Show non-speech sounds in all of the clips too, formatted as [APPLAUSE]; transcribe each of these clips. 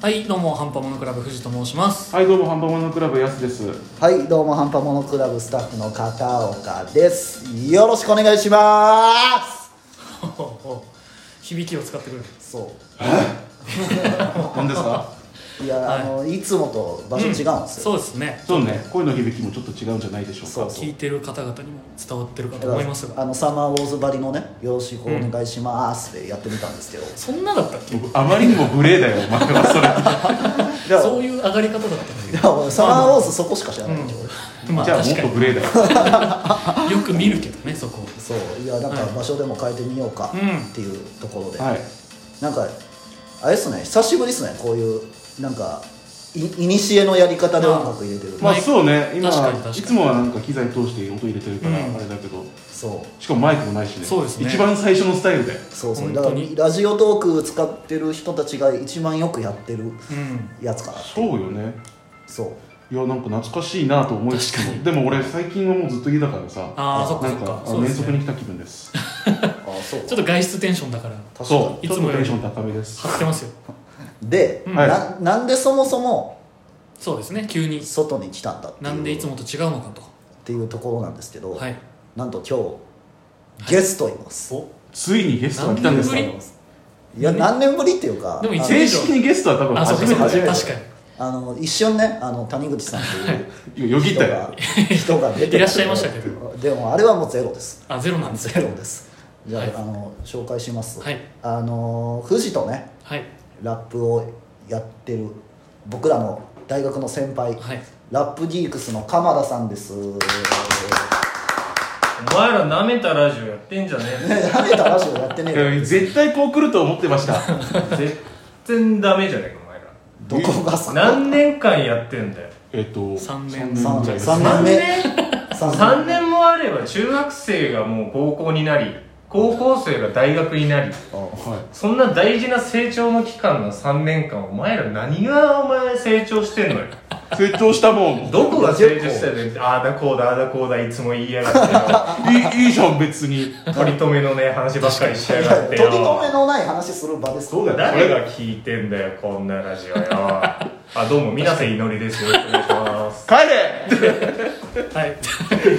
はいどうもハンパモノクラブ藤と申しますはいどうもハンバモノクラブやすです。はい、どうもハンパモノクラブスタッフの片岡です。よろしくお願いします。響きを使ってくるそ何ですか？う、いや、はいあのいつもと場所違うんですよ。そうですねそうね、声の響きもちょっと違うんじゃないでしょうか。そう聞いてる方々にも伝わってるかと思いますがあのサマーウォーズばりのね、よろしくお願いしますでやってみたんですけど。そんなだったっけあまりにも無礼だよ、お前はそれ。じゃあそういう上がり方だったっいや俺サマーウォーズそこしか知らないでしょ、けまあじゃあも確っかと無礼だよ。によく見るけどねそこそう、いや、なんかはい場所でも変えてみようかうんっていうところで。はい。なんか、あれですね、久しぶりですね、こういう、なんか。いいにしえのやり方で音楽入れてる、まあマイクそうね、今い確かに確かにつもはなんか機材通して音入れてるからうんあれだけど、そうしかもマイクもないしね。そうですね一番最初のスタイルで。そうそうだ本当からにラジオトーク使ってる人たちが一番よくやってるうんやつかなそうよね。そういやなんか懐かしいなと思いつつも、でも俺最近はもうずっと家だからさ、ああそっかなそんっかかあそうで遠す足ねに来た気分です。あそうちょっと外出テンションだから確かそう、いちつょっもとよりテンション高めです。張ってますよにで、うんはいななんでそもそもそうですね急に外に来たんだっていうなんでいつもと違うのかっていうところなんですけど、とはいなんと今日ゲストいます、おついにゲストが来たんですか何年ぶい、や何年ぶりっていうかでも一あの正式にゲストは多分あそう初かめそうてかだ確よかあの一瞬ねあの谷口さんっていう [LAUGHS] いやよぎっ人たよが人が出 [LAUGHS] ていらっしゃいましたけどでもあれはもうゼロですにあゼロなんですゼロですじゃあ,、はいあの紹介します、はいあの藤とねはいラップをやってる僕らの大学の先輩、はいラップギークスの鎌田さんですお前ら舐めたラジオやってんじゃねやめたラジオやってねえよいや絶対こう来ると思ってましたえの絶対ダメじゃねえかどおこが前ら何年間やってんだよ [LAUGHS] えっと三年三3ぐらい年です三年目三3年もあれば中学生がもう高校になり高校生が大学になりはそんな大事な成長の期間の3年間お前ら何がお前成長してんのよい成長したもんどこが成長してんのよああだこうだああだこうだいつも言いやがっていいいいじゃん別によ取り留めのね話ばっかりしいややがっ取てりよ留めのない話する場ですそうだよ誰が聞いてんだよこんなラジオよあどうも水瀬いのりですよろしくお願いします帰れはい帰れ帰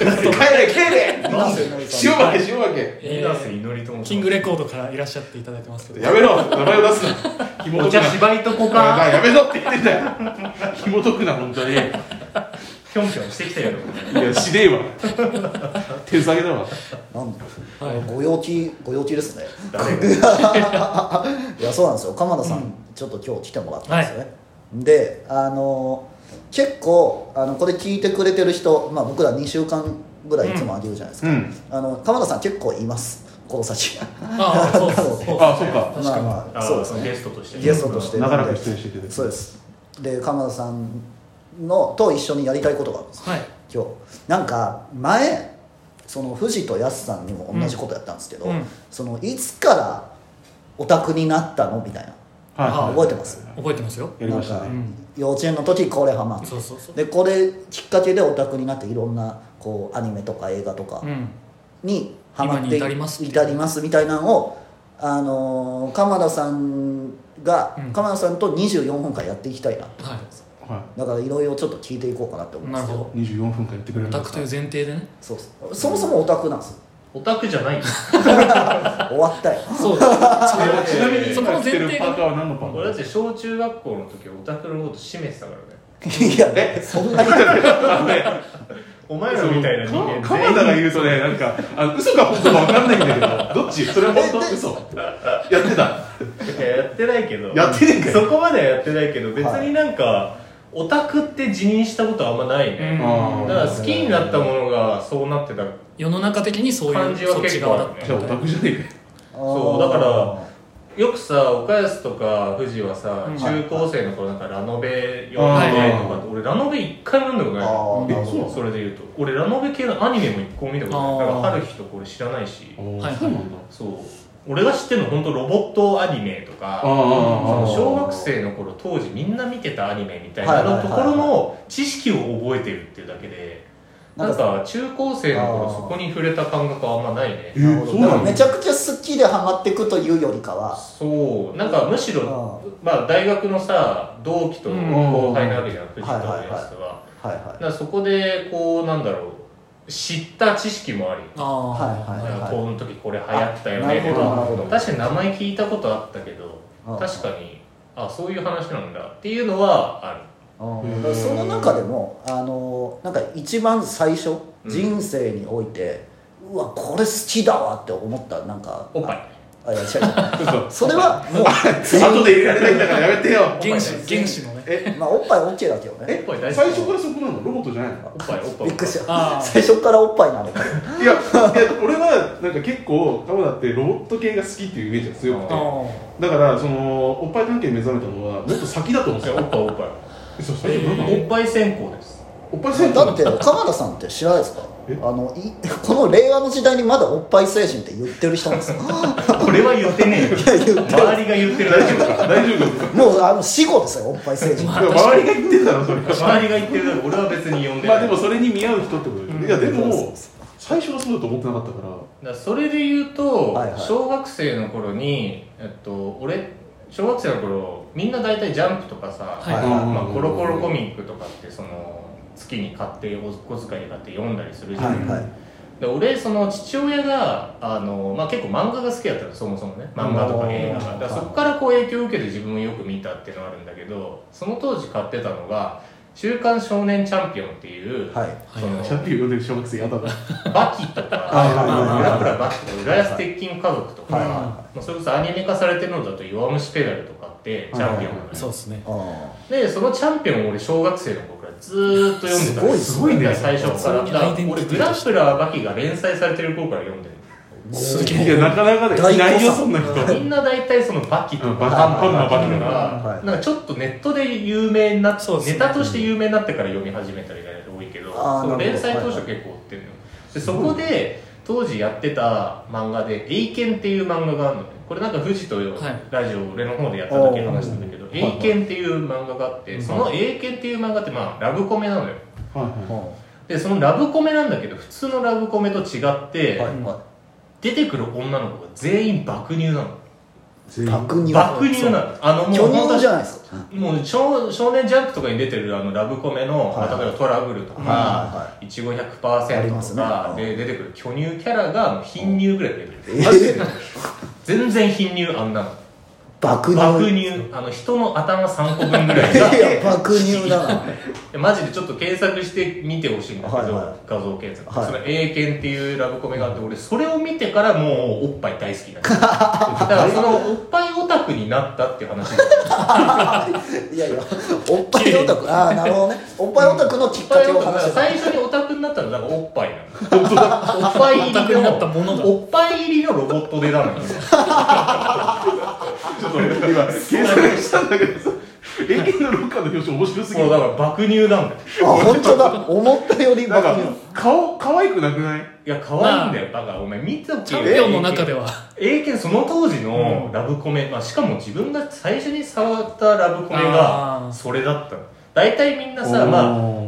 れなんでいないさん塩負け塩負けえー水瀬いのりと申しますキングレコードからいらっしゃっていただいてますけどやめろ名前を出すなひもおとく茶な縛りとこやかやめろって言ってんだよひもとくな本当にいぴょんぴょんしてきたよやしねえわ手下げだわなんだはいご陽気ご陽気ですね誰 [LAUGHS] がいやそうなんですよ鎌田さん、ちょっと今日来てもらったんですよね、であの結構あのこれ聞いてくれてる人、まあ、僕ら2週間ぐらいいつもあげるじゃないですか、うんあの鎌田さん結構いますこの先ああそうそうそうあそうか確まかあにまああそうですゲねストとしてゲストとして長らく出演していただいてそうですで鎌田さんのと一緒にやりたいことがあるんですはい今日なんか前その藤とやすさんにも同じことやったんですけど、うんうんそのいつからオタクになったのみたいなあ覚えてます覚えてますよやりましたなんうかねん幼稚園の時これハマってそうそうそうでこれきっかけでオタクになっていろんなこうアニメとか映画とかうんにハマっ今にて至りますっていう至りますみたいなのを、あのー鎌田さんが、うん鎌田さんと24分間やっていきたいなははだからいろいろちょっと聞いていこうかなって思うんですけどなるほい24分間やってくいれるオタクという前提でねそうそうそもそもオタクなんですよオタクじゃ [LAUGHS] ないよ終わっ [LAUGHS] たよそうだちなみにそこの今着前て提がるパーカーは何のパーカ俺だっーて小中学校の時オタクのこと示してたからねいやねそんなに [LAUGHS] お前らみたいな人間全員鎌田が言うとねなんかあ嘘か本当か分かんないんだけど [LAUGHS] どっちそれは本当嘘やってたいややってないけどやってねえかよそこまではやってないけど別になんか、オタクって自認したことはあんまないね、うんあだから好きになったものがそうなってた世の中的にそう感いじうはそっち結構側あだるっねたじゃあオタクじゃねえそうだからよくさ岡安とか藤はさ、うん中高生の頃なんかラノベ読んでとかって俺ラノベ一回も読んだあこーえなるほとどないそれで言うと俺ラノベ系のアニメも一個も見たことないあーだから春日とか俺知らないしかよはいそうなんだそう俺が知ってるの本当ロボットアニメとかああー小学生の頃当時みんな見てたアニメみたいなあのところの知識を覚えてるっていうだけでなんか中高生の頃そこに触れた感覚はあんまないねえー、そうだなからのめちゃくちゃ好きでハマっていくというよりかはそうなんかむしろまあ大学のさ同期とうん後輩なわけじゃん藤い田はいのはいやつははいはいだからそこでこうなんだろう知った知識もありああはいはいなんかこの時これ流行ったよねなるほどなるほどとか確かに名前聞いたことあったけどうん確かにあそういう話なんだっていうのはあるうんだからその中でもあのなんか一番最初うん人生において、うわこれ好きだわって思ったなんかおっぱいあいや違う [LAUGHS] 嘘それはもう後で入れられないんだからやめてよ原子原子のねえまあおっぱい OK だけどねおっぱい大好き [LAUGHS] 最初からそこなのロボットじゃないのおっぱいおっぱいびっくりしたあ最初からおっぱいなのかいやいや俺はなんか結構鎌田ってロボット系が好きっていうイメージが強くああてだからそのおっぱい関係に目覚めたのはもっと先だと思うんいですやおよっぱいおっぱいえそう最初何なのおっぱい先行ですおっぱいセンターだって鎌田さんって知らないですかあえのいこの令和の時代にまだおっぱい成人って言ってる人なんですよ俺は言ってねえよ [LAUGHS] 言ってる周りが言っ [LAUGHS] てるだけ大丈夫か大丈 [LAUGHS] 夫かもうあの死後ですよおっぱい成人いや周りが言ってんだろそれ周りが言ってるだけ俺は別に呼んでまないあでもそれに見合う人ってことでしょいやでそうそうも最初はそうだと思ってなかったからだからそれで言うと、はいはい小学生の頃に、えっと、俺小学生の頃みんな大体ジャンプとかさ、はいまあ、コロコロコミックとかってその月に買ってお小遣いで買って読んだりするじゃはん、いはいで俺その父親があの、まあ、結構漫画が好きだったのそもそもね漫画とか映画がだからそこからこう影響を受けて自分もよく見たっていうのがあるんだけどその当時買ってたのが「週刊少年チャンピオン」っていう、はいそのシャッピー読んでる小学生やだなバキとか、はいはいはいはいラプラバキとか、浦安鉄筋家族とか、はいはいまあそれこそアニメ化されてるのだと、弱虫ペダルとかって、チャンピオンはいはいがはねそうですねあで、そのチャンピオンを俺、小学生の頃からずーっと読んでたんですすごいすごいね最初から。そだうからアイデンティ俺、ティグラプラバキが連載されてる頃から読んでる。すげいえやなかなかでいないよ大そんな人 [LAUGHS] みんな大体そのバキとか、うんババキキパンのバキとはかい、なんかちょっとネットで有名になっそうですねネタとして有名になってから読み始めたりが多いけど、あーなるそうほど連載当初結構追ってるのよ。で、そこで、当時やってた漫画で、エイケンっていう漫画があるのね。これなんか富士とはいラジオ、俺の方でやっただけの話なんだけどお、ーエイケンっていう漫画があって、そのエイケンっていう漫画ってまあ、ラブコメなのよ。はいあはで、そのラブコメなんだけど、普通のラブコメと違って、はいは出てくる女の子が全員爆乳なの。い全い員爆乳爆乳なのあのもう巨乳じゃんないですかもう少少年ジャンプとかに出てるあのラブコメの、はいまあ例えばトラブルとか、はいはいちご100%ありとますねかで出てくる巨乳キャラがもう貧乳ぐらい出てくる、マジで全然貧乳あんなの爆乳爆乳あの人の頭3個分ぐらいが [LAUGHS] いや爆乳 [LAUGHS] だなマジでちょっと検索して見てほしいんだけど、はいはい画像検索、はいその「英検」っていうラブコメがあって俺それを見てからもうおっぱい大好 [LAUGHS] きだだからそのおっぱいオタクになったっていう話いやいやおっぱいオタクああなるほどねおっぱいオタクのきっかけを話してた最初にオタクになったのなんかおっぱいな本当だのおっぱいオタ入クりになったのものがおっぱい入りのロボットでなのよちょっと今検索したんだけどさ永遠のロッカーの表紙面白すぎもうるだから爆乳なんだよあ本当だ思ったよりなんか爆乳顔可愛くなくないいや可愛いんだよだからお前見ておけチャンピオンの中では英検その当時のラブコメ、まあ、しかも自分が最初に触ったラブコメがあーそれだったの大体みんなさ、おーまあ、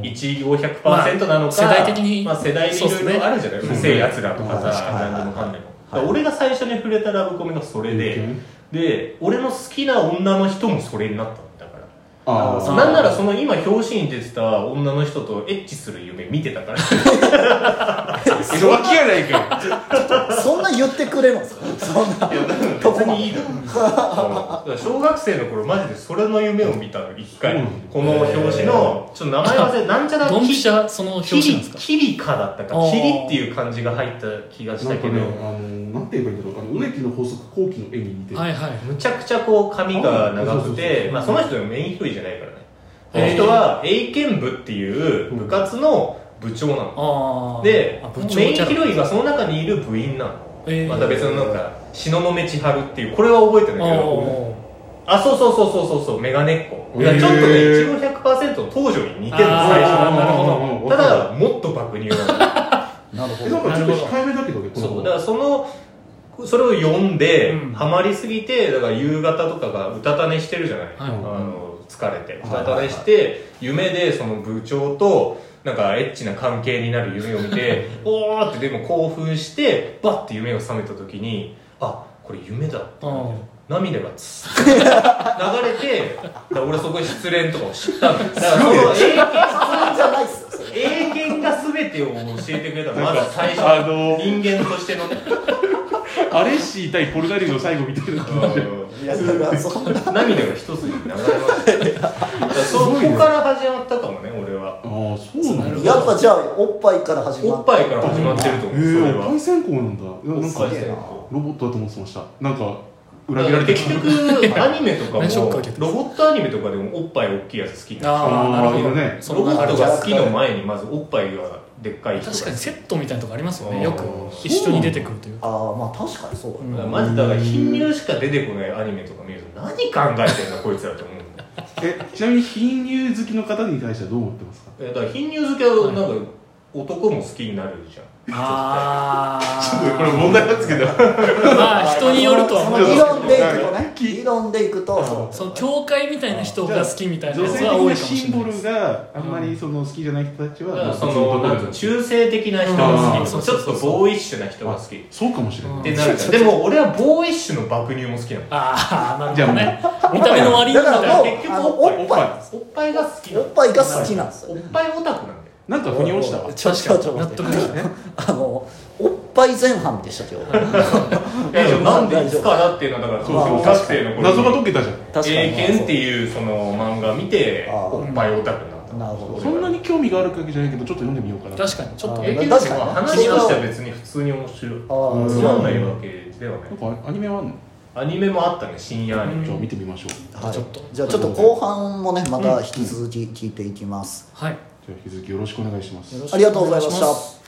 一応100%なのか、まあ世代的にまあ、世代でいそうっすろいねろあるじゃない、うるせえやつらとかうんさ、はい何でもかんでも、だから俺が最初に触れたラブコメがそれうでん、で、俺の好きな女の人もそれになったんだから。あーあそうなんならその今表紙に出てた女の人とエッチする夢見てたから浮気やないかよ [LAUGHS] そんな言ってくれるんですかそんなとこ別にいいだろうんだから小学生の頃マジでそれの夢を見たの一回うんこの表紙のちょっと名前忘れなんちゃらドンピシャその表キ紙なんリですかキリカだったかあーキリっていう漢字が入った気がしなたんかけね、どあのなんて言えばいいんだろう、あの植木の法則後期の絵に似てる。はいはいむちゃくちゃこう髪が長そうそくうそうてそうまあその人のメイン一人じゃないからねへそーの人は英検部っていう部活の部長なのああであ部長キメインャヒラロインがその中にいる部員なの、えーまた別のなんか東雲千春っていうこれは覚えてるんだけどおあそうそうそうそうそうそうメガネっ子、えーちょっとねいちご100%の東條に似てるのあー最初なるほどどただもっと爆乳なのなるほえなんどかちょっと控えめだけどね、このそう子だからそのそれを読んで、うんハマりすぎてだから夕方とかがうたた寝してるじゃない、はいあの疲れてうはいはたいはいたれして夢でその部長となんかエッチな関係になる夢を見ておーってでも興奮してバッて夢が覚めた時にあこれ夢だってうん涙がつ流れてだから俺そこで失恋とかを知ったのだからそのえそれじゃないっすよそれ英検が全てを教えてくれたのまず最初あの人間としてのねアレッシー対ポルガリの最後みたいないやだからそんな涙が一つに流れましただからそこから始まったかもね俺はああそうなんだやっぱじゃあおっぱいから始まおっっぱいから始まってるとえ思うそー、おれっぱはい線香なんだいやなんぱいかすげえなロボットだと思ってましたなんか裏だ切かれららて結 [LAUGHS] る局アニメとかも何ショック受けてるロボットアニメとかでもおっぱい大きいやつ好きなああなるいほるどねそのロボ流れット確が好きの前にまずおっぱいがでっかい人がかにセットみたいなとこありますよあねーよく一緒に出てくるというああまあ確かにそうだねだからマジだから貧乳しか出てこないアニメとか見ると何考えてんだこいつらって思うんだよえちなみに貧乳好きの方に対してはどう思ってますかえだから貧乳好きはなんか男も好きになるじゃんあこれ問題なんですけどあまあ人によるとはそ思のいます理け論どでいくとね理論でいくとそうその教会みたいな人が好きみたいな女やつ性的は多いなかもしれシないンボでルすがあんまりその好きじゃない人たちだからはそのなんか中性的な人がうん好きちょっとボーイッシュな人が好きっそうかもしれないてなるじゃんでも俺はボーイッシュの爆乳も好きなのああなるほどね見た目の割にみだかたいならもう結局あのおっぱいおっぱいが好きなおのっぱいが好きなんですよおっぱいオタクなんだよなんか腑に落ちたわちょちょちょ待って納得できあのおっぱい前半でした [LAUGHS] けどいやでもなんでいつからっていうのはだからそう小そう学生の頃謎が解けたじゃん確かに英検っていうその漫画見てあーおっぱいオタクにななったるほどそんなに興味があるわけじゃないけどちょっと読んでみようかな確かにちょっと英検ってまあ話としては別に普通に面白いあーつまんないわけではないなんかアニメはあんのアニメもあったね深夜アニメじゃあ見てみましょうはいちょっとじゃあちょっと後半もねまた引き続き聞いていきます、はいじゃあ引き続きよろしくお願いしますよろしくお願いしますありがとうございました